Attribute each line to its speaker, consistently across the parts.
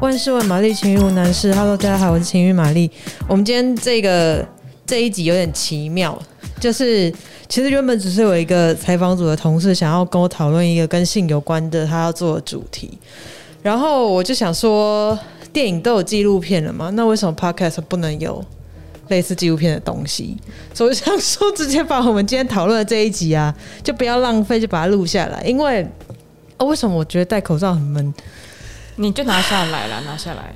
Speaker 1: 万事问玛丽，情欲无难事。Hello，大家好，我是情欲玛丽。我们今天这个这一集有点奇妙，就是其实原本只是有一个采访组的同事想要跟我讨论一个跟性有关的他要做的主题，然后我就想说，电影都有纪录片了嘛，那为什么 Podcast 不能有？类似纪录片的东西， 所以我想说，直接把我们今天讨论的这一集啊，就不要浪费，就把它录下来。因为、哦、为什么我觉得戴口罩很闷，
Speaker 2: 你就拿下来啦，拿下来。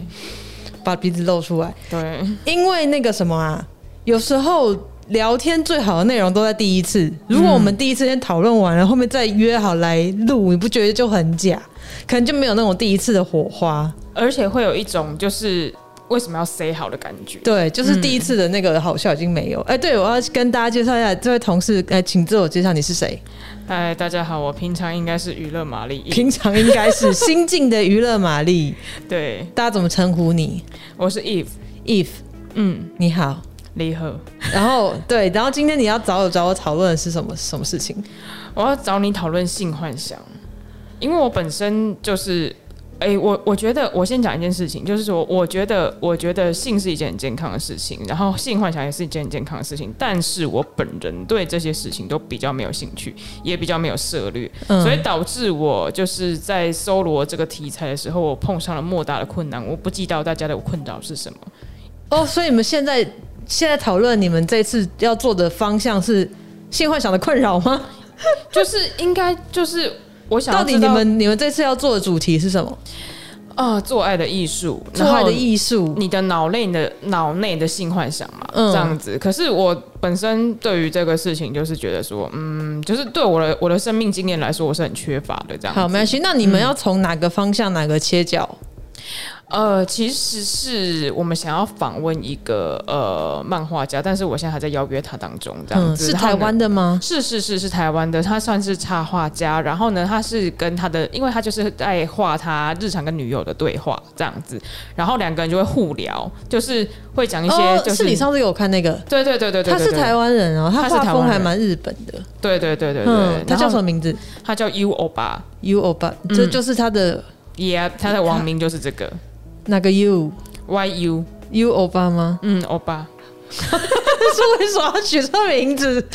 Speaker 1: 把鼻子露出来？
Speaker 2: 对，
Speaker 1: 因为那个什么啊，有时候聊天最好的内容都在第一次。如果我们第一次先讨论完了，后面再约好来录，你不觉得就很假？可能就没有那种第一次的火花。
Speaker 2: 而且会有一种就是为什么要 say 好的感觉。
Speaker 1: 对，就是第一次的那个好笑已经没有。哎、对，我要跟大家介绍一下这位同事，哎、请自我介绍，你是谁？
Speaker 2: 嗨，大家好，我平常应该是娱乐玛丽。
Speaker 1: 平常应该是新晋的娱乐玛丽，
Speaker 2: 对，
Speaker 1: 大家怎么称呼你
Speaker 2: 我是 Eve，
Speaker 1: ？If
Speaker 2: 嗯，
Speaker 1: 你好，
Speaker 2: 李贺。
Speaker 1: 然后对，然后今天你要找我找我讨论的是什么什么事情？
Speaker 2: 我要找你讨论性幻想，因为我本身就是，哎、我我觉得我先讲一件事情，就是说，我觉得我觉得性是一件很健康的事情，然后性幻想也是一件很健康的事情，但是我本人对这些事情都比较没有兴趣，也比较没有涉略，
Speaker 1: 嗯
Speaker 2: 所以导致我就是在搜罗这个题材的时候，我碰上了莫大的困难，我不知道大家的困扰是什么。
Speaker 1: 哦，所以你们现在现在讨论你们这次要做的方向是性幻想的困扰吗？
Speaker 2: 就是应该就是我想要
Speaker 1: 到底
Speaker 2: 知
Speaker 1: 你
Speaker 2: 道
Speaker 1: 们你们这次要做的主题是什么？
Speaker 2: 啊、做嗯爱的艺术，
Speaker 1: 做
Speaker 2: 然
Speaker 1: 爱
Speaker 2: 后
Speaker 1: 的艺术。
Speaker 2: 你的脑内的脑内的性幻想嘛，
Speaker 1: 嗯
Speaker 2: 这样子。可是我本身对于这个事情，就是觉得说，嗯，就是对我的我的生命经验来说，我是很缺乏的这样子。
Speaker 1: 好，没关系。那你们要从哪个方向、哪个切角？
Speaker 2: 呃，其实是我们想要访问一个呃漫画家，但是我现在还在邀约他当中，这样
Speaker 1: 嗯，
Speaker 2: 子。
Speaker 1: 是
Speaker 2: 然后
Speaker 1: 台
Speaker 2: 呢
Speaker 1: 湾的吗？
Speaker 2: 是是是是台湾的，他算是插画家。然后呢，他是跟他的，因为他就是在画他日常跟女友的对话这样子，然后两个人就会互聊，就是会讲一些
Speaker 1: 哦，
Speaker 2: 就是
Speaker 1: 你上次给我看那个，
Speaker 2: 对对对对对，
Speaker 1: 他是
Speaker 2: 对
Speaker 1: 台，湾人哦，他
Speaker 2: 他是
Speaker 1: 画
Speaker 2: 台
Speaker 1: 风
Speaker 2: 湾
Speaker 1: 还
Speaker 2: 人
Speaker 1: 蛮日本的。
Speaker 2: 对对对对对
Speaker 1: 嗯，，他
Speaker 2: 然后嗯
Speaker 1: 叫什么？名字
Speaker 2: 他叫 U 欧巴
Speaker 1: ？You o b a 这就是他的
Speaker 2: ，Yeah，他的网名就是这个
Speaker 1: 那个 You
Speaker 2: Y U，？
Speaker 1: You o b a 吗
Speaker 2: 嗯，欧巴。
Speaker 1: 是为什么要取这名字？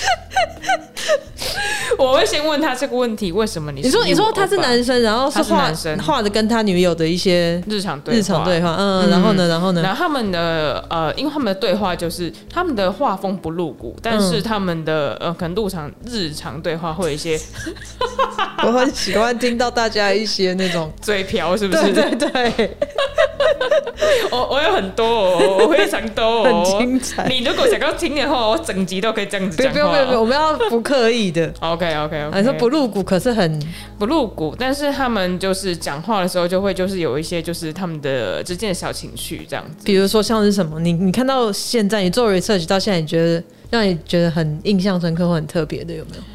Speaker 2: 我会先问他这个问题，为什么你
Speaker 1: 你说
Speaker 2: 是
Speaker 1: 你
Speaker 2: U
Speaker 1: 说
Speaker 2: 欧巴
Speaker 1: 他是男生，然后是
Speaker 2: 他是
Speaker 1: 画
Speaker 2: 男生
Speaker 1: 画的跟他女友的一些
Speaker 2: 日常对话
Speaker 1: 日常对话，嗯，然后呢，然后呢，
Speaker 2: 然后他们的呃，因为他们的对话就是他们的画风不露
Speaker 1: 嗯
Speaker 2: 骨，但是他们的、呃，可能入场日常对话会有一些
Speaker 1: 我很喜欢听到大家一些那种，
Speaker 2: 嘴瓢，是 不
Speaker 1: 对
Speaker 2: 是？
Speaker 1: 对对，
Speaker 2: 我我有很多、哦，我非常多、哦，
Speaker 1: 很精彩
Speaker 2: 你如果想要听的话，我整集都可以这样子
Speaker 1: 不
Speaker 2: 讲
Speaker 1: 用
Speaker 2: 话。哦
Speaker 1: 不用不用，不用我们要不刻意的。
Speaker 2: OK OK
Speaker 1: 啊
Speaker 2: OK，
Speaker 1: 你说不露骨，可是很
Speaker 2: 不露骨，但是他们就是讲话的时候就会就是有一些就是他们的之间的小情绪这样子。
Speaker 1: 比如说像是什么，你你看到现在你做 research 到现在，你觉得让你觉得很印象深刻或很特别的有没有？
Speaker 2: 嗯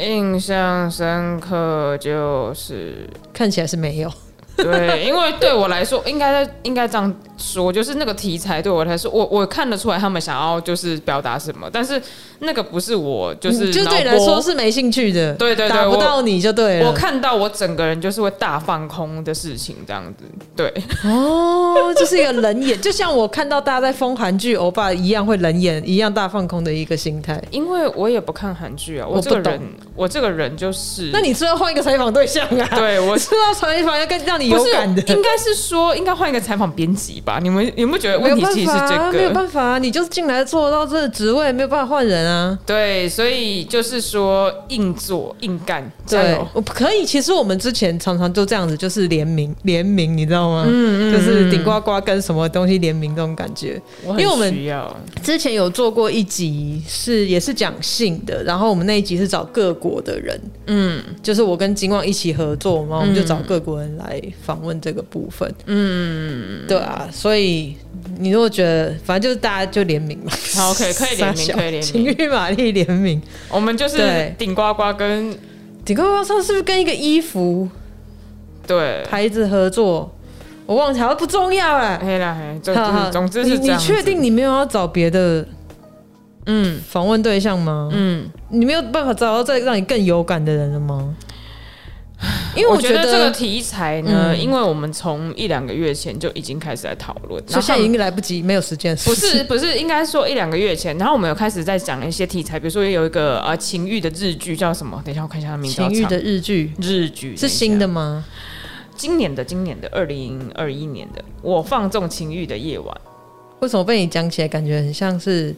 Speaker 2: 印象深刻就是
Speaker 1: 看起来是没有。
Speaker 2: 对，因为对我来说，应该应该这样说，就是那个题材对我来说，我我看得出来他们想要就是表达什么，但是那个不是我，就是
Speaker 1: 嗯 就是对你
Speaker 2: 脑
Speaker 1: 来
Speaker 2: 波
Speaker 1: 说。是没兴趣的，
Speaker 2: 对对对
Speaker 1: 打不
Speaker 2: 我
Speaker 1: 到你就对了。
Speaker 2: 我看到我整个人就是会大放空的事情，这样子，对，
Speaker 1: 哦，这是一个冷眼，就像我看到大家在疯韩剧欧巴一样会冷眼，一样大放空的一个心态。
Speaker 2: 因为我也不看韩剧啊，
Speaker 1: 我
Speaker 2: 我
Speaker 1: 不
Speaker 2: 这个
Speaker 1: 懂
Speaker 2: 人，我这个人就是，
Speaker 1: 那你是不是要换一个采访对象啊？
Speaker 2: 对我
Speaker 1: 是不是要采访要更让你
Speaker 2: 不
Speaker 1: 有
Speaker 2: 是
Speaker 1: 感的？
Speaker 2: 应该是说应该换一个采访编辑吧？你们有没有觉得
Speaker 1: 没有
Speaker 2: 问
Speaker 1: 办
Speaker 2: 题其实
Speaker 1: 法
Speaker 2: 是这
Speaker 1: 啊，没有
Speaker 2: 个？
Speaker 1: 办法啊，你就是进来做到这个职位，没有办法换人啊。
Speaker 2: 对，所以就是说硬做硬干，加
Speaker 1: 对
Speaker 2: 油！，
Speaker 1: 我可以。其实我们之前常常就这样子，就是联名联名，你知道吗？嗯嗯，就是顶呱呱跟什么东西联名这种感觉。
Speaker 2: 我
Speaker 1: 因为我
Speaker 2: 很
Speaker 1: 们
Speaker 2: 需要，
Speaker 1: 之前有做过一集是也是讲性的，然后我们那一集是找各国的人，
Speaker 2: 嗯，
Speaker 1: 就是我跟金旺一起合作嘛，我们就找各国人来访问这个部分。嗯，对啊，所以你如果觉得，反正就是大家就联名嘛。
Speaker 2: 好，OK，可以 联名
Speaker 1: 傻小
Speaker 2: 可以联名
Speaker 1: 情欲玛丽联名。
Speaker 2: 我们就是
Speaker 1: 对
Speaker 2: 顶呱呱跟
Speaker 1: 顶呱呱上是不是跟一个衣服
Speaker 2: 对，
Speaker 1: 牌子合作？我忘记了，不重要啊啦。
Speaker 2: 黑啦黑， 就
Speaker 1: 哈
Speaker 2: 是
Speaker 1: 哈
Speaker 2: 总之是
Speaker 1: 你
Speaker 2: 这
Speaker 1: 你
Speaker 2: 样子。
Speaker 1: 确定你没有要找别的
Speaker 2: 嗯
Speaker 1: 访问对象吗？
Speaker 2: 嗯，
Speaker 1: 你没有办法找到再让你更有感的人了吗？因因为
Speaker 2: 我
Speaker 1: 我觉
Speaker 2: 得
Speaker 1: 得
Speaker 2: 这个题材呢，
Speaker 1: 嗯
Speaker 2: 因为我们从一两个月前就已经开始在讨论，
Speaker 1: 所
Speaker 2: 然
Speaker 1: 以现在
Speaker 2: 后
Speaker 1: 已经来不及，没有时间。
Speaker 2: 不是不是，应该说一两个月前，然后我们有开始在讲一些题材，比如说有一个呃情欲的日剧叫什么？等一下我看一下它名字。
Speaker 1: 情欲的日剧
Speaker 2: 日剧
Speaker 1: 是新，
Speaker 2: 等一
Speaker 1: 的
Speaker 2: 下
Speaker 1: 吗？
Speaker 2: 今年的今年的二零二一年的《我放纵情欲的夜晚》。
Speaker 1: 为什么被你讲起来感觉很像是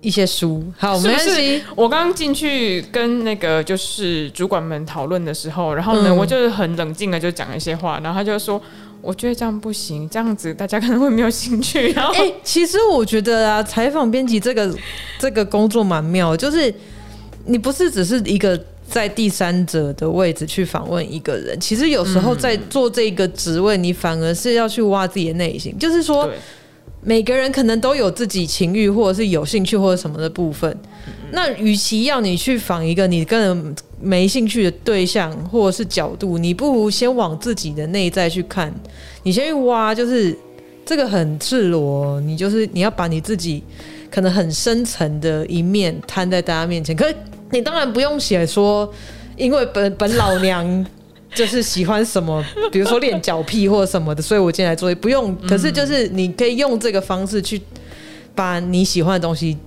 Speaker 1: 一些书？好，
Speaker 2: 是
Speaker 1: 没
Speaker 2: 不
Speaker 1: 关
Speaker 2: 是
Speaker 1: 系。
Speaker 2: 我刚刚进去跟那个就是主管们讨论的时候，然后呢，
Speaker 1: 嗯
Speaker 2: 我就是很冷静的就讲了一些话，然后他就说，我觉得这样不行，这样子大家可能会没有兴趣。 然后、
Speaker 1: 哎、其实我觉得啊，采访编辑这个这个工作蛮妙的，就是你不是只是一个在第三者的位置去访问一个人，其实有时候在做这个职位，你反而是要去挖自己的内心，就是说
Speaker 2: 对，
Speaker 1: 每个人可能都有自己情欲或者是有兴趣或者什么的部分。那与其要你去访一个你根本没兴趣的对象或者是角度，你不如先往自己的内在去看，你先去挖，就是这个很赤裸哦，你就是你要把你自己可能很深层的一面摊在大家面前。可是你当然不用写说，因为本本老娘就是喜欢什么，比如说练脚癖或什么的，所以我今天来做，不用。
Speaker 2: 嗯
Speaker 1: 可是就是你可以用这个方式去把你喜欢的东西。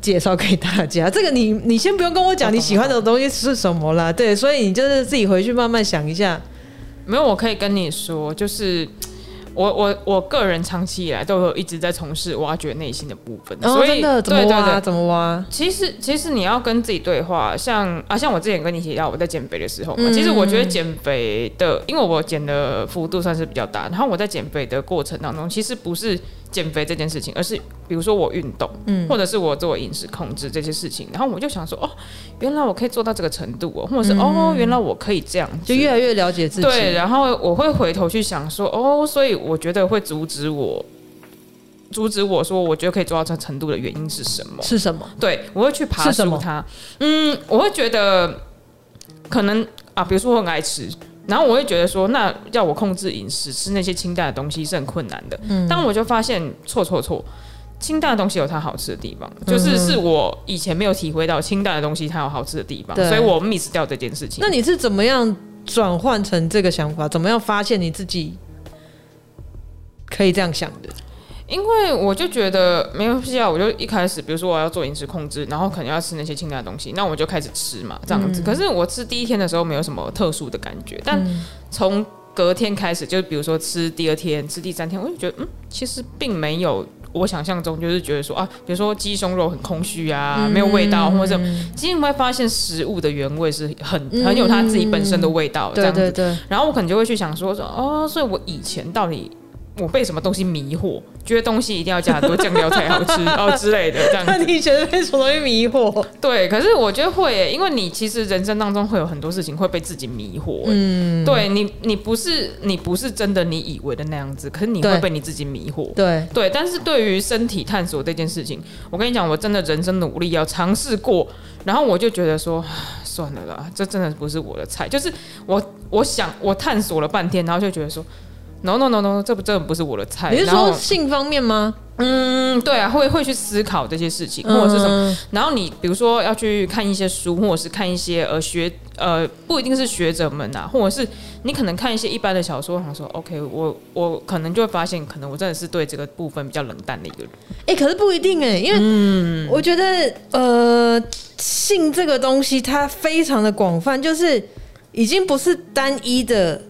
Speaker 1: 介绍给大家，这个你你先不用跟我讲你喜欢的东西是什么啦，对，所以你就是自己回去慢慢想一下，
Speaker 2: 没有，我可以跟你说，就是。我我我个人长期以来都有一直在从事挖掘内心的部分，
Speaker 1: 然后
Speaker 2: 所以
Speaker 1: 哦真的怎么
Speaker 2: 哦对对对
Speaker 1: 挖啊怎么挖，
Speaker 2: 其实，其实你要跟自己对话，像啊，像我之前跟你提到我在减肥的时候嘛，
Speaker 1: 嗯
Speaker 2: 其实我觉得减肥的，因为我减的幅度算是比较大，然后我在减肥的过程当中，其实不是减肥这件事情，而是比如说我运动，嗯，或者是我做饮食控制这些事情，然后我就想说，哦，原来我可以做到这个程度哦，或者是、哦，原来我可以这样子，
Speaker 1: 嗯就越来越了解自己。
Speaker 2: 对，然后我会回头去想说，哦，所以我觉得会阻止我。阻止我说，我觉得可以做到这程度的原因是什么？
Speaker 1: 是什么？
Speaker 2: 对，我会去爬
Speaker 1: 是什
Speaker 2: 梳
Speaker 1: 么
Speaker 2: 它。嗯，我会觉得可能啊，比如说我很爱吃，然后我会觉得说，那要我控制饮食，吃那些清淡的东西是很困难的。嗯，但我就发现错错错。清淡的东西有它好吃的地方，
Speaker 1: 嗯
Speaker 2: 就是是我以前没有体会到清淡的东西它有好吃的地方，
Speaker 1: 对
Speaker 2: 所以我 miss 掉这件事情。
Speaker 1: 那你是怎么样转换成这个想法？怎么样发现你自己可以这样想的？
Speaker 2: 因为我就觉得没有必要，我就一开始，比如说我要做饮食控制，然后可能要吃那些清淡的东西，那我就开始吃嘛，这
Speaker 1: 嗯
Speaker 2: 样子。可是我吃第一天的时候没有什么特殊的感觉，但从隔天开始，就是比如说吃第二天、吃第三天，我就觉得嗯，其实并没有我想象中，就是觉得说啊，比如说鸡胸肉很空虚啊，
Speaker 1: 嗯
Speaker 2: 没有味道，或者其实你会发现食物的原味是很很有它自己本身的味道，哦
Speaker 1: 嗯
Speaker 2: 这
Speaker 1: 对
Speaker 2: 样子
Speaker 1: 对。 对，
Speaker 2: 然后我可能就会去想说说哦，所以我以前到底我被什么东西迷惑，觉得东西一定要加很多酱料才好吃哦之类的这样
Speaker 1: 那
Speaker 2: 子。
Speaker 1: 你觉得被什么东西迷惑？
Speaker 2: 对，可是我觉得会耶，因为你其实人生当中会有很多事情会被自己迷惑。嗯，对你，你不是你不是真的你以为的那样子，可是你会
Speaker 1: 对
Speaker 2: 被你自己迷惑。
Speaker 1: 对，
Speaker 2: 对，但是对于身体探索这件事情，我跟你讲，我真的人生努力要尝试过，然后我就觉得说，唉算了啦，这真的不是我的菜。就是我，我想我探索了半天，然后就觉得说，no no no no，这不真的不是我的菜。
Speaker 1: 你是
Speaker 2: 然后
Speaker 1: 说性方面吗？
Speaker 2: 嗯，对啊，会会去思考这些事情，
Speaker 1: 嗯
Speaker 2: 或者是什么。
Speaker 1: 么？
Speaker 2: 然后你比如说要去看一些书，或者是看一些呃学呃不一定是学者们啊，或者是你可能看一些一般的小说，想说 OK，我我可能就会发现，可能我真的是对这个部分比较冷淡的一个人。
Speaker 1: 哎、可是不一定哎、因为我觉得呃，性这个东西它非常的广泛，就是已经不是单一的。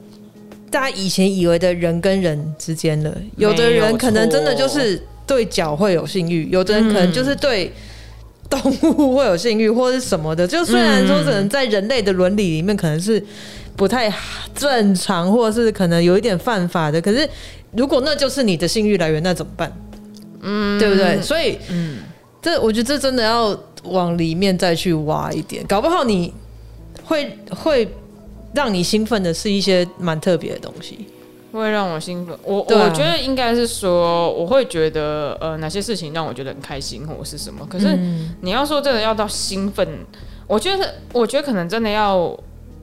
Speaker 1: 大家以前以为的人跟人之间了，有的
Speaker 2: 没
Speaker 1: 人
Speaker 2: 有
Speaker 1: 可能真的就
Speaker 2: 错
Speaker 1: 是对脚会有性欲，有的人可能就是对动物会有性欲或是什么的。就虽然说可能在人类的伦理里面可能是不太正常，或者是可能有一点犯法的，可是如果那就是你的性欲来源，那怎么办？嗯，对不对？所以，嗯，这我觉得这真的要往里面再去挖一点，搞不好你会会让你兴奋的是一些蛮特别的东西。
Speaker 2: 会让我兴奋。我、
Speaker 1: 对啊
Speaker 2: 我觉得应该是说，我会觉得呃哪些事情让我觉得很开心，或者是什么。可是
Speaker 1: 嗯
Speaker 2: 你要说真的要到兴奋，我觉得我觉得可能真的要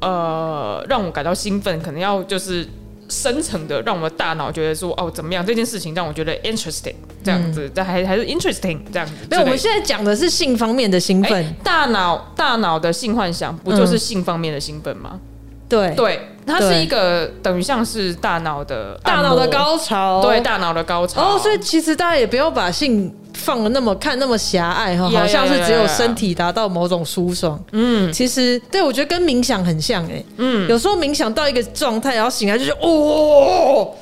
Speaker 2: 呃让我感到兴奋，可能要就是。深层的让我的大脑觉得说哦怎么样这件事情让我觉得 interesting 这样子，但还还是 interesting 这样子
Speaker 1: 嗯
Speaker 2: 之类哎的。
Speaker 1: 没有，我们现在讲的是性方面的兴奋。嗯
Speaker 2: 哎大脑大脑的性幻想不就是性方面的兴奋吗？
Speaker 1: 对，
Speaker 2: 对，它是
Speaker 1: 对
Speaker 2: 一个等于像是大脑的
Speaker 1: 大
Speaker 2: 按
Speaker 1: 脑的
Speaker 2: 摩
Speaker 1: 高潮，
Speaker 2: 对大脑的高潮
Speaker 1: 哦，所以其实大家也不要把性放的那么看那么狭隘哈，
Speaker 2: 呀
Speaker 1: 好像是只有
Speaker 2: 呀呀呀
Speaker 1: 身体达到某种舒爽。嗯，其实对我觉得跟冥想很像哎、嗯，有时候冥想到一个状态，然后醒来就是哦，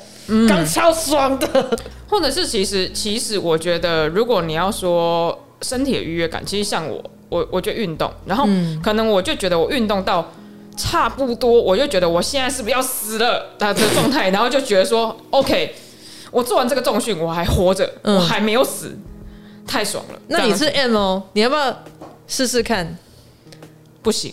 Speaker 1: 刚超爽的。
Speaker 2: 或者是其实其实我觉得，如果你要说身体的愉悦感，其实像我我我就运动，然后
Speaker 1: 嗯
Speaker 2: 可能我就觉得我运动到。差不多，我就觉得我现在是不是要死了的的状
Speaker 1: 嗯
Speaker 2: 态，然后就觉得说，OK，我做完这个重训，我还活着，
Speaker 1: 嗯
Speaker 2: 我还没有死，太爽了。
Speaker 1: 那
Speaker 2: 这
Speaker 1: 你
Speaker 2: 样
Speaker 1: 是
Speaker 2: 子
Speaker 1: M 哦，你要不要试试看？
Speaker 2: 不行，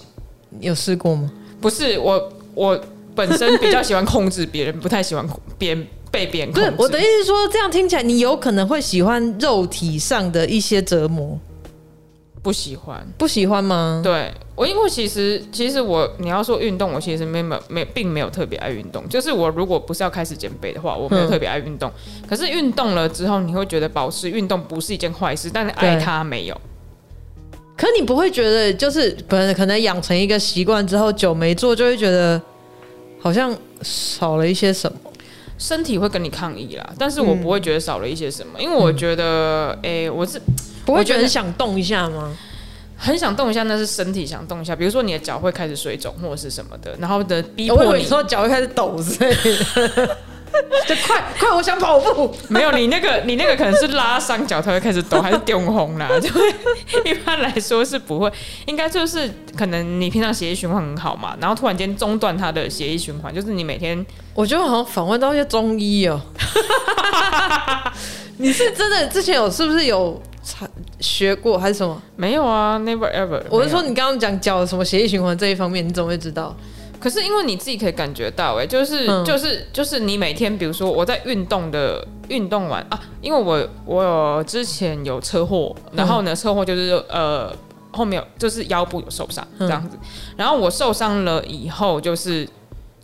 Speaker 1: 你有试过吗？
Speaker 2: 不是我我本身比较喜欢控制别人，不太喜欢控别人被别人
Speaker 1: 不
Speaker 2: 控制
Speaker 1: 是。，我的意思是说，这样听起来你有可能会喜欢肉体上的一些折磨，
Speaker 2: 不喜欢。
Speaker 1: 不喜欢吗？
Speaker 2: 对我，因为其实其实我你要说运动，我其实没没没并没有特别爱运动。就是我如果不是要开始减肥的话，我没有
Speaker 1: 嗯
Speaker 2: 特别爱运动。可是运动了之后，你会觉得保持运动不是一件坏事，但是爱
Speaker 1: 对
Speaker 2: 它没有。
Speaker 1: 可你不会觉得，就是本来可能养成一个习惯之后，久没做就会觉得好像少了一些什么。
Speaker 2: 身体会跟你抗议啦，但是我
Speaker 1: 嗯
Speaker 2: 不会觉得少了一些什么，因为我觉得，诶、我是
Speaker 1: 不会
Speaker 2: 我
Speaker 1: 觉
Speaker 2: 觉
Speaker 1: 得
Speaker 2: 得
Speaker 1: 很想动一下吗？
Speaker 2: 很想动一下，那是身体想动一下，比如说你的脚会开始水肿或者是什么的，然后的逼
Speaker 1: 我以
Speaker 2: 迫
Speaker 1: 为
Speaker 2: 你
Speaker 1: 你，说脚会开始抖之类的， 就快快，我想跑步。
Speaker 2: 没有你那个你那个可能是拉伤脚，它会开始抖，还是丢红啦？就会一般来说是不会，应该就是可能你平常血液循环很好嘛，然后突然间中断它的血液循环，就是你每天
Speaker 1: 我觉得我好像访问到一些中医 哦。你是真的之前有是不是有查学过还是什么？
Speaker 2: 没有啊，never ever。
Speaker 1: 我是说
Speaker 2: 没有，
Speaker 1: 你刚刚讲脚什么血液循环这一方面，你怎么会知道？
Speaker 2: 可是因为你自己可以感觉到、欸，哎，就是、
Speaker 1: 嗯
Speaker 2: 就是就是你每天，比如说我在运动的运动完啊，因为我我有之前有车祸，然后呢，车祸就是呃。后面有就是腰部有受伤这样子，然后我受伤了以后，就是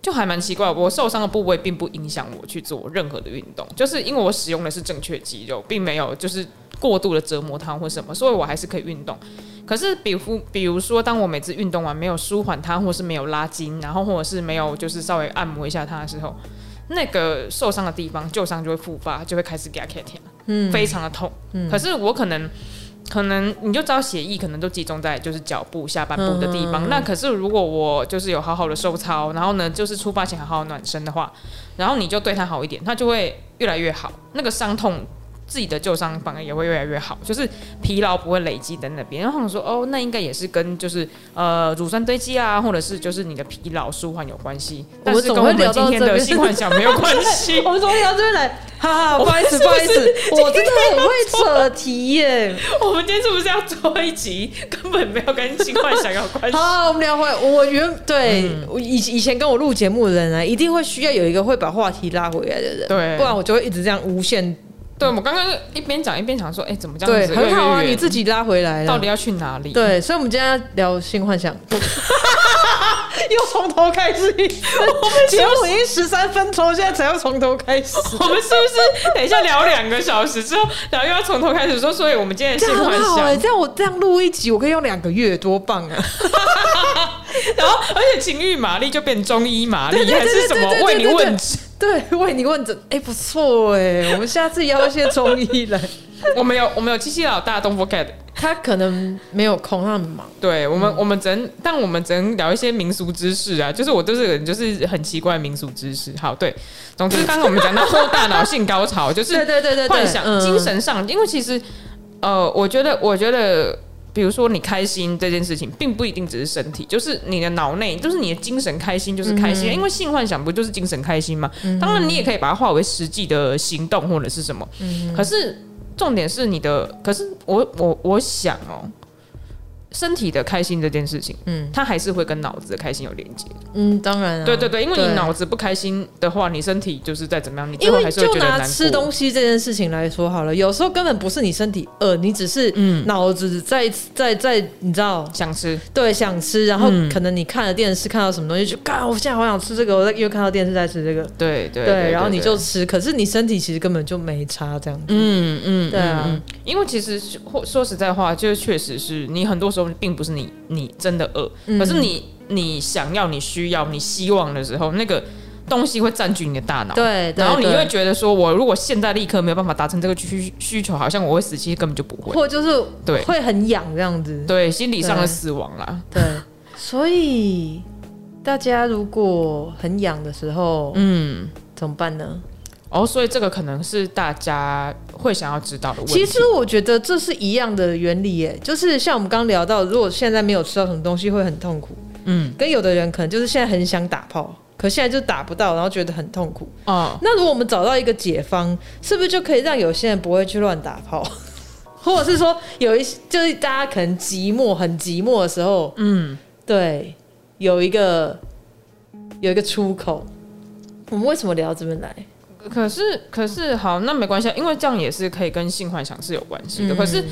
Speaker 2: 就还蛮奇怪，我受伤的部位并不影响我去做任何的运动，就是因为我使用的是正确肌肉，并没有就是过度的折磨它或什么，所以我还是可以运动。可是，比如比如说，当我每次运动完没有舒缓它，或是没有拉筋，然后或者是没有就是稍微按摩一下它的时候，那个受伤的地方旧伤就会复发，就会开始给它开天，嗯，非常的痛。可是我可能可能你就知道血液可能都集中在就是脚部、下半部的地方。那可是如果我就是有好好的收操，然后呢，就是出发前好好暖身的话，然后你就对它好一点，它就会越来越好。那个伤痛。自己的旧伤反而也会越来越好，就是疲劳不会累积在那边。然后我想说，哦，那应该也是跟就是呃乳酸堆积啊，或者是就是你的疲劳舒缓有关系，但是
Speaker 1: 我
Speaker 2: 跟
Speaker 1: 们怎么会
Speaker 2: 我们
Speaker 1: 聊
Speaker 2: 今
Speaker 1: 到
Speaker 2: 天
Speaker 1: 这
Speaker 2: 的
Speaker 1: 边
Speaker 2: 性幻想没有关系
Speaker 1: 。我们从聊这边来，哈哈，不
Speaker 2: 我们
Speaker 1: 好意思，
Speaker 2: 是
Speaker 1: 不
Speaker 2: 不
Speaker 1: 好意
Speaker 2: 是
Speaker 1: 思，我真的很会扯题耶。
Speaker 2: 我们今天是不是要做一集根本没有跟性幻想有关 系？
Speaker 1: 好，我们聊回我原对我以以前跟我录节目的人啊，一定会需要有一个会把话题拉回来的人，
Speaker 2: 对
Speaker 1: 不然我就会一直这样无限
Speaker 2: 对，我们刚刚一边讲一边想说，哎、怎么这样
Speaker 1: 对，
Speaker 2: 子越来越
Speaker 1: 很好啊，
Speaker 2: 远
Speaker 1: 你自己拉回来
Speaker 2: 到
Speaker 1: 了
Speaker 2: 底。要去哪里？，
Speaker 1: 对，所以我们今天要聊性幻想，又从头开 始。节目已经十三分钟，现在才要从头开始，
Speaker 2: 我们是不是等一下聊两个小时之后，然后又要从头开始说？所以我们今天的
Speaker 1: 这
Speaker 2: 性
Speaker 1: 样
Speaker 2: 幻
Speaker 1: 很好
Speaker 2: 想，
Speaker 1: 哎、这样我这样录一集，我可以用两个月，多棒啊！
Speaker 2: 然后而且情欲玛丽就变中医玛丽
Speaker 1: 对对
Speaker 2: 还是什
Speaker 1: 对
Speaker 2: 么
Speaker 1: 对对
Speaker 2: 为你
Speaker 1: 对对
Speaker 2: 问诊？
Speaker 1: 对，为你问诊，哎、不错哎、我们下次邀一些中医来。
Speaker 2: 我们有我们有七七老大东 forget，
Speaker 1: 他可能没有空，他很忙。
Speaker 2: 对我们、
Speaker 1: 嗯
Speaker 2: 我们只能但我们只能聊一些民俗知识啊，就是我对这个人就是很奇怪的民俗知识。好，对，总之刚刚我们讲到后大脑性高潮，就 是
Speaker 1: 对对对对对，
Speaker 2: 幻想、
Speaker 1: 嗯
Speaker 2: 精神上，因为其实，呃，我觉得，我觉得，比如说你开心这件事情，并不一定只是身体，就是你的脑内，就是你的精神开心，
Speaker 1: 嗯
Speaker 2: 就是开心。因为性幻想不就是精神开心吗？当然，你也可以把它化为实际的行动或者是什么。
Speaker 1: 嗯
Speaker 2: 可是重点是你的，可是我我我想哦。身体的开心这件事情，嗯，它还是会跟脑子的开心有连接。
Speaker 1: 嗯，当然、啊，
Speaker 2: 对对对，因为你
Speaker 1: 对
Speaker 2: 脑子不开心的话，你身体就是再怎么样，你最
Speaker 1: 因
Speaker 2: 后
Speaker 1: 为
Speaker 2: 还是会
Speaker 1: 就
Speaker 2: 觉得难
Speaker 1: 拿
Speaker 2: 过。
Speaker 1: 吃东西这件事情来说好了，有时候根本不是你身体饿，你只是脑子在、在在，你知道，
Speaker 2: 嗯想吃，
Speaker 1: 对，想吃，然后可能你看了电视看到什么东西，就嘎，我现在好想吃这个，我在又看到电视在吃这个，
Speaker 2: 对对
Speaker 1: 然后你就吃，可是你身体其实根本就没差这样子，
Speaker 2: 嗯嗯，
Speaker 1: 对啊
Speaker 2: 嗯，嗯因为其实或说实在话，就是确实是你很多时时候并不是你你真的饿，
Speaker 1: 嗯
Speaker 2: 可是你你想要、你需要、你希望的时候，那个东西会占据你的大脑。
Speaker 1: 对，对
Speaker 2: 然后你
Speaker 1: 对
Speaker 2: 会觉得说，我如果现在立刻没有办法达成这个需需求，好像我会死，其实根本就不会。
Speaker 1: 或就是
Speaker 2: 对
Speaker 1: 会很痒这样子，
Speaker 2: 对，心理上的
Speaker 1: 对
Speaker 2: 死亡啦。
Speaker 1: 对，所以大家如果很痒的时候，
Speaker 2: 嗯，
Speaker 1: 怎么办呢？
Speaker 2: 哦，所以这个可能是大家会想要知道的问题。
Speaker 1: 其实我觉得这是一样的原理耶，就是像我们刚刚聊到，如果现在没有吃到什么东西会很痛苦，
Speaker 2: 嗯，
Speaker 1: 跟有的人可能就是现在很想打炮，可现在就打不到，然后觉得很痛苦。
Speaker 2: 哦，
Speaker 1: 那如果我们找到一个解方，是不是就可以让有些人不会去乱打炮？ 或者是说，有一些就是大家可能寂寞、很寂寞的时候，
Speaker 2: 嗯，
Speaker 1: 对，有一个有一个出口。我们为什么聊这边来？
Speaker 2: 可是可是好，那没关系啊，因为这样也是可以跟性幻想是有关系的。可
Speaker 1: 嗯
Speaker 2: 是，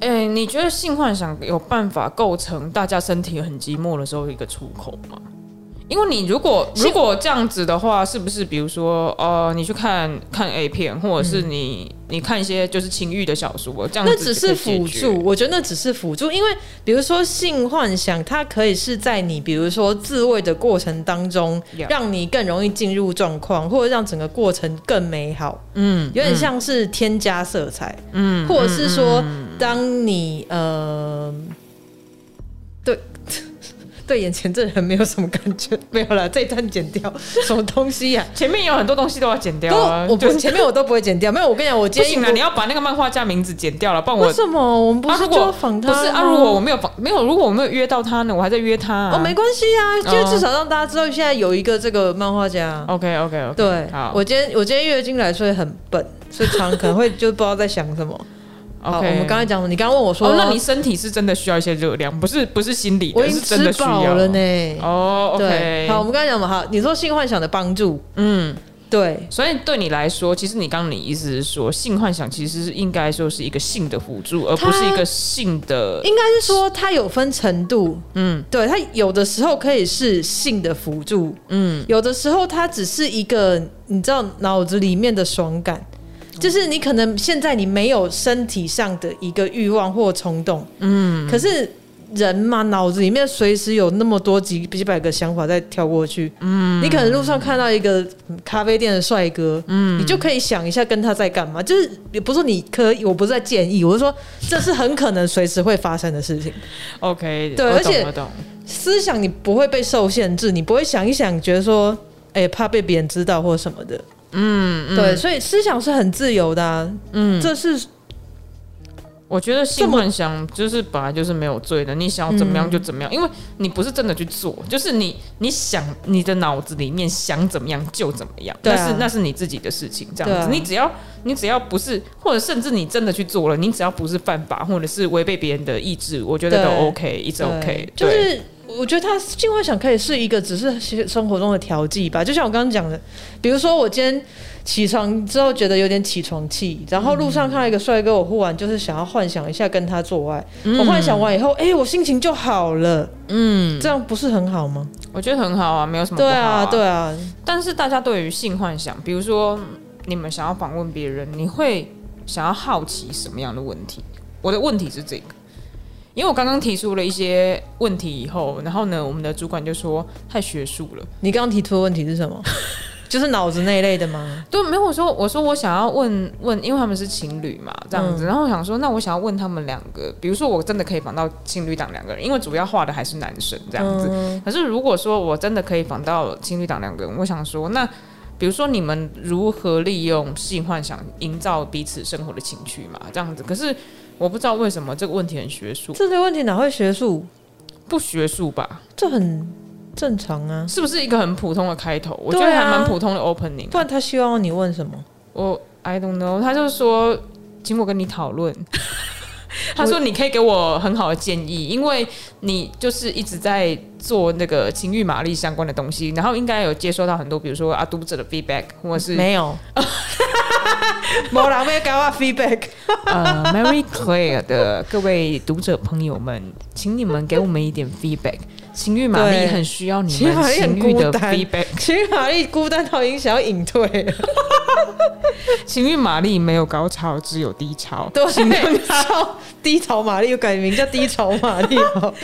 Speaker 2: 哎、你觉得性幻想有办法构成大家身体很寂寞的时候一个出口吗？因为你如果
Speaker 1: 性
Speaker 2: 如果这样子的话，是不是比如说，呃，你去看看 A 片，或者是你、你看一些就是情欲的小说，这样子
Speaker 1: 嗯那只是辅
Speaker 2: 就可以解
Speaker 1: 助，
Speaker 2: 决，
Speaker 1: 我觉得那只是辅助，因为比如说性幻想，它可以是在你比如说自慰的过程当中
Speaker 2: Yeah
Speaker 1: 让你更容易进入状况，或者让整个过程更美好。
Speaker 2: 嗯，
Speaker 1: 有点像是添加色彩，嗯，或者是说，当你呃，对 对眼前这人没有什么感觉，没有了，这一段剪掉，什么东西呀、
Speaker 2: 前 面有很多东西都要剪掉
Speaker 1: 都
Speaker 2: 啊，
Speaker 1: 我
Speaker 2: 就
Speaker 1: 不前面我都不会剪掉，没有，我跟你讲，我
Speaker 2: 不
Speaker 1: 今天
Speaker 2: 行
Speaker 1: 一
Speaker 2: 啊，
Speaker 1: 播
Speaker 2: 你要把那个漫画家名字剪掉了，不然我
Speaker 1: 为什么我们不
Speaker 2: 啊
Speaker 1: 是
Speaker 2: 如
Speaker 1: 就
Speaker 2: 果
Speaker 1: 要仿他
Speaker 2: 不
Speaker 1: 吗？
Speaker 2: 是啊，如果我没有访没有，如果我没有约到他呢，我还在约他、啊。
Speaker 1: 哦，没关系啊，就
Speaker 2: 哦
Speaker 1: 至少让大家知道现在有一个这个漫画家。
Speaker 2: OK OK OK。
Speaker 1: 对
Speaker 2: 好，
Speaker 1: 我今天我今天月经来，所以很笨，所以常可能会 就不知道在想什么。好，我
Speaker 2: OK
Speaker 1: 们刚才讲什么，你刚刚问我说，
Speaker 2: 哦，那你身体是真的需要一些热量，不是不是心理的，
Speaker 1: 我已
Speaker 2: 是
Speaker 1: 经
Speaker 2: 真的
Speaker 1: 吃
Speaker 2: 需
Speaker 1: 饱
Speaker 2: 要
Speaker 1: 了。呢。
Speaker 2: 哦
Speaker 1: 对，
Speaker 2: ，OK，
Speaker 1: 好，我，们刚才讲嘛，好，你说性幻想的帮助，
Speaker 2: 嗯，
Speaker 1: 对，
Speaker 2: 所以对你来说，其实你刚刚你意思是说，性幻想其实是应该说是一个性的辅助，而
Speaker 1: 它
Speaker 2: 不是一个性的，
Speaker 1: 应该是说它有分程度，
Speaker 2: 嗯
Speaker 1: 对，它有的时候可以是性的辅助，
Speaker 2: 嗯，
Speaker 1: 有的时候它只是一个你知道脑子里面的爽感，就是你可能现在你没有身体上的一个欲望或冲动，嗯，可是人嘛，脑子里面随时有那么多几几百个想法在跳过去，嗯，你可能路上看到一个嗯咖啡店的帅哥，嗯，你就可以想一下跟他在干嘛，就是也不是说你可以，我不是在建议，我是说这是很可能随时会发生的事情。
Speaker 2: ，OK，
Speaker 1: 对
Speaker 2: 我
Speaker 1: 而且
Speaker 2: 懂我懂，
Speaker 1: 思想你不会被受限制，你不会想一想觉得说，哎、怕被别人知道或什么的。嗯，对，所以思想是很自由的、啊。嗯，这是
Speaker 2: 我觉得
Speaker 1: 这
Speaker 2: 性
Speaker 1: 么嗯
Speaker 2: 幻想就是本来就是没有罪的，你想要怎么样就怎么样，因为你不是真的去做，就是你你想你的脑子里面想怎么样就怎么样，
Speaker 1: 对啊
Speaker 2: 但是那是你自己的事情，这样
Speaker 1: 对
Speaker 2: 子，
Speaker 1: 啊
Speaker 2: 你只要你只要不是，或者甚至你真的去做了，你只要不是犯法或者是违背别人的意志，我觉得都
Speaker 1: 对
Speaker 2: OK，一直 OK，
Speaker 1: 呃对就
Speaker 2: 对
Speaker 1: 是我觉得他性幻想可以是一个只是生活中的调剂吧。就像我刚刚讲的，比如说我今天起床之后觉得有点起床气，然后路上看到一个帅哥，我忽然就是想要幻想一下跟他做爱。我幻想完以后，哎、我心情就好了。嗯，这样不是很好吗？
Speaker 2: 我觉得很好啊，没有什么不
Speaker 1: 对
Speaker 2: 好
Speaker 1: 啊，对啊，
Speaker 2: 但是大家对于性幻想，比如说你们想要访问别人，你会想要好奇什么样的问题？我的问题是这个，因为我刚刚提出了一些问题以后，然后呢，我们的主管就说太学术了。
Speaker 1: 你刚刚提出的问题是什 么？就是脑子那一类的吗？
Speaker 2: 对，没有我说，我说我想要问问，因为他们是情侣嘛，
Speaker 1: 嗯
Speaker 2: 这样子。然后我想说，那我想要问他们两个，比如说我真的可以访到情侣档两个人，因为主要画的还是男生这样子。
Speaker 1: 嗯
Speaker 2: 可是如果说我真的可以访到情侣档两个人，我想说，那比如说你们如何利用性幻想营造彼此生活的情趣嘛，这样子。可是我不知道为什么这个问题很学术，
Speaker 1: 这些问题哪会学术？
Speaker 2: 不学术吧？
Speaker 1: 这很正常啊。
Speaker 2: 是不是一个很普通的开头？我觉
Speaker 1: 对啊
Speaker 2: 得还蛮普通的 opening
Speaker 1: 不。然他希望你问什么？
Speaker 2: 我 I don't know，他就说，请我跟你讨论。 他说：“你可以给我很好的建议，因为你就是一直在做那个情欲玛丽相关的东西，然后应该有接收到很多，比如说啊读者的 feedback，或者是
Speaker 1: 没 有，某人没给我 feedback。
Speaker 2: 呃 Mary Claire 的各位读者朋友们，请你们给我们一点 feedback。情欲玛丽
Speaker 1: 对
Speaker 2: 很需要你
Speaker 1: 情欲玛
Speaker 2: 们
Speaker 1: 丽很
Speaker 2: 情欲的
Speaker 1: 孤单
Speaker 2: feedback。
Speaker 1: 其实玛丽孤单到已经想要隐退了，
Speaker 2: 情欲玛丽没有高潮，只有低潮。
Speaker 1: 对，啊超低潮玛丽，又改名叫低潮玛丽哦。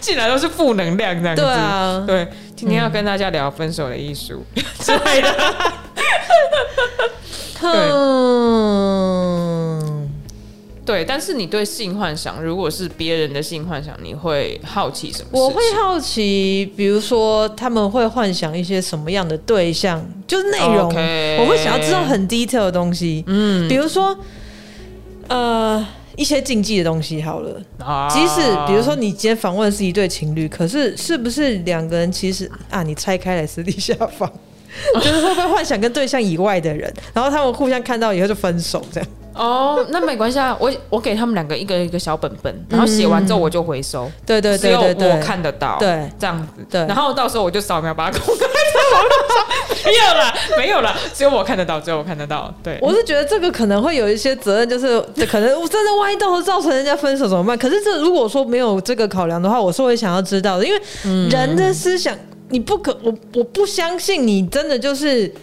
Speaker 2: 进来都是负能量这样子。
Speaker 1: 对啊
Speaker 2: 对，今天要跟大家聊分手的艺术之类的。
Speaker 1: 嗯，
Speaker 2: 对，但是你对性幻想，如果是别人的性幻想，你会好奇什么事情？
Speaker 1: 我会好奇，比如说他们会幻想一些什么样的对象，就是内容
Speaker 2: 哦 OK
Speaker 1: 我会想要知道很 detail 的东西。嗯，比如说，呃，一些禁忌的东西好了。
Speaker 2: 啊
Speaker 1: 即使比如说你今天访问的是一对情侣，可是是不是两个人其实啊，你拆开来私底下访， 就是会不会幻想跟对象以外的人，然后他们互相看到以后就分手这样？
Speaker 2: 哦，那没关系啊，我我给他们两个一个一个小本本，然后写完之后我就回收，
Speaker 1: 对嗯对
Speaker 2: 只
Speaker 1: 对
Speaker 2: 有
Speaker 1: 对对，
Speaker 2: 我看得到，
Speaker 1: 对
Speaker 2: 这样子，
Speaker 1: 对
Speaker 2: 然后到时候我就扫描把它公开在网络上，没有啦，没有啦，只有我看得到，只有我看得到，对，
Speaker 1: 我是觉得这个可能会有一些责任，就是 可能真的万一到时候造成人家分手怎么办？可是这如果说没有这个考量的话，我是会想要知道的，因
Speaker 2: 嗯
Speaker 1: 为人的思想，你不可我我不相信你真的就是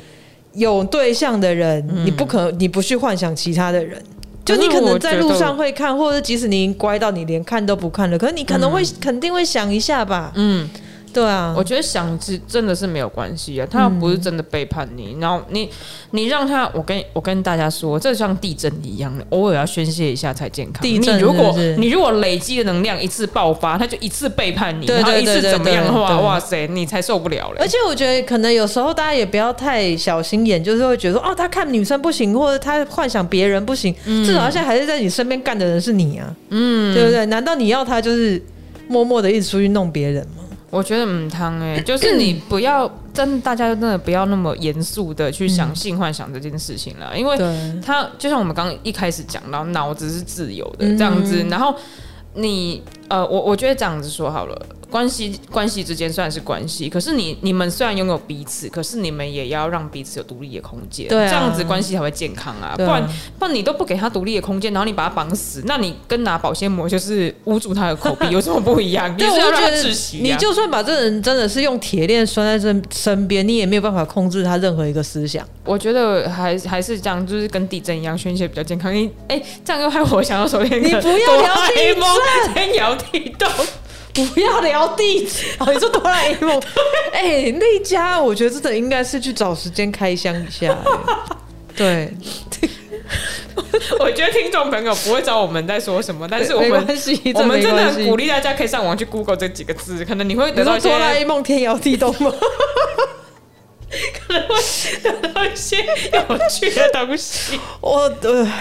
Speaker 1: 有对象的人，
Speaker 2: 嗯
Speaker 1: 你不可你不去幻想其他的人。就你
Speaker 2: 可是
Speaker 1: 可
Speaker 2: 我
Speaker 1: 能在
Speaker 2: 觉得
Speaker 1: 路
Speaker 2: 我
Speaker 1: 上会看，或者即使你已经乖到你连看都不看了，可是你可能会、肯定会想一下吧。
Speaker 2: 嗯，
Speaker 1: 对啊，
Speaker 2: 我觉得想是真的是没有关系啊，他又不是真的背叛你，
Speaker 1: 嗯
Speaker 2: 然后你你让他，我跟我跟大家说，这像地震一样，偶尔要宣泄一下才健康。
Speaker 1: 地震
Speaker 2: 你如果
Speaker 1: 是不是
Speaker 2: 你如果累积的能量一次爆发，他就一次背叛你，
Speaker 1: 对
Speaker 2: 然后
Speaker 1: 对
Speaker 2: 一次
Speaker 1: 对
Speaker 2: 怎么样的
Speaker 1: 对
Speaker 2: 话，
Speaker 1: 对
Speaker 2: 哇塞，你才受不了嘞
Speaker 1: 而。且我觉得可能有时候大家也不要太小心眼，就是会觉得说哦，他看女生不行，或者他幻想别人不行，至少他现在还是在你身边干的人是你啊，嗯，对不对？难道你要他就是默默的一直出去弄别人吗？
Speaker 2: 我觉得嗯，汤哎、就是你不要真，大家真的不要那么严肃的去
Speaker 1: 嗯
Speaker 2: 想性幻想这件事情了，因为
Speaker 1: 对，
Speaker 2: 他就像我们刚刚一开始讲到，脑子是自由
Speaker 1: 嗯
Speaker 2: 的这样子，然后你呃，我我觉得这样子说好了，关系关系之间虽然是关系，可是你你们虽然拥有彼此，可是你们也要让彼此有独立的空间，
Speaker 1: 对啊
Speaker 2: 这样子关系才会健康啊，不
Speaker 1: 对啊
Speaker 2: 然不然你都不给他独立的空间，然后你把他绑死，那你跟拿保鲜膜就是捂住他的 口鼻有什么不一样？你
Speaker 1: 但
Speaker 2: 是
Speaker 1: 我
Speaker 2: 要
Speaker 1: 就
Speaker 2: 让
Speaker 1: 觉
Speaker 2: 他
Speaker 1: 得
Speaker 2: 窒息、啊，
Speaker 1: 你就算把这人真的是用铁链拴在身身边，你也没有办法控制他任何一个思想。
Speaker 2: 我觉得还还是这样，就是跟地震一样宣泄比较健康。你哎、这样又害我想到昨天
Speaker 1: 你不要聊地震
Speaker 2: 震，先聊地动。
Speaker 1: 不要聊地址哦，你说哆啦 A 梦？ 哎、那一家我觉得真的应该是去找时间开箱一 下、哎对，
Speaker 2: 我觉得听众朋友不会知道我们在说什么，但是我
Speaker 1: 没
Speaker 2: 们
Speaker 1: 关系
Speaker 2: 我们
Speaker 1: 这
Speaker 2: 真
Speaker 1: 没
Speaker 2: 的
Speaker 1: 关系
Speaker 2: 很鼓励大家可以上网去 Google 这几个字，可能你会
Speaker 1: 你
Speaker 2: 得到
Speaker 1: 说
Speaker 2: 一些
Speaker 1: 哆啦 A 梦天摇地动吗？
Speaker 2: 得到一些有趣的 东西。
Speaker 1: 我呃，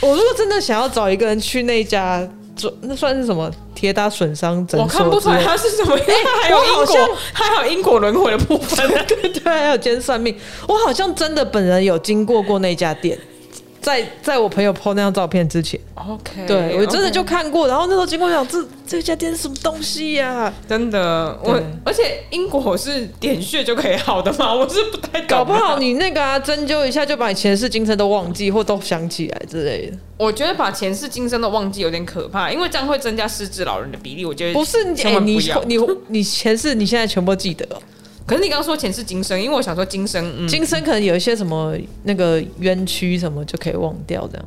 Speaker 1: 我如果真的想要找一个人去那家做，那算是什么铁打损伤诊所？
Speaker 2: 我看不出来。它是什么样，哎还有
Speaker 1: 我好
Speaker 2: 因
Speaker 1: 像
Speaker 2: 果，还有因果轮回的部分。
Speaker 1: 对，还有兼算命，我好像真的本人有经过过那家店，在在我朋友 PO 那张照片之前，
Speaker 2: OK，
Speaker 1: 对我真的
Speaker 2: OK
Speaker 1: 就看过，然后那时候经过想这这家店是什么东西啊呀、
Speaker 2: 真的，我
Speaker 1: 对
Speaker 2: 而且因果是点穴就可以好的吗？ 我是不太懂啊
Speaker 1: 搞不好，你那个啊，针灸一下就把你前世今生都忘记或都想起来之类的。
Speaker 2: 我觉得把前世今生都忘记有点可怕，因为这样会增加失智老人的比例。我觉得
Speaker 1: 不是你，
Speaker 2: 千
Speaker 1: 哎、
Speaker 2: 万
Speaker 1: 你
Speaker 2: 不要。
Speaker 1: 你你前世你现在全部记得哦、
Speaker 2: 可是你刚刚说前世今生，因为我想说今生，嗯，
Speaker 1: 今生可能有一些什么那个冤屈什么就可以忘掉，这样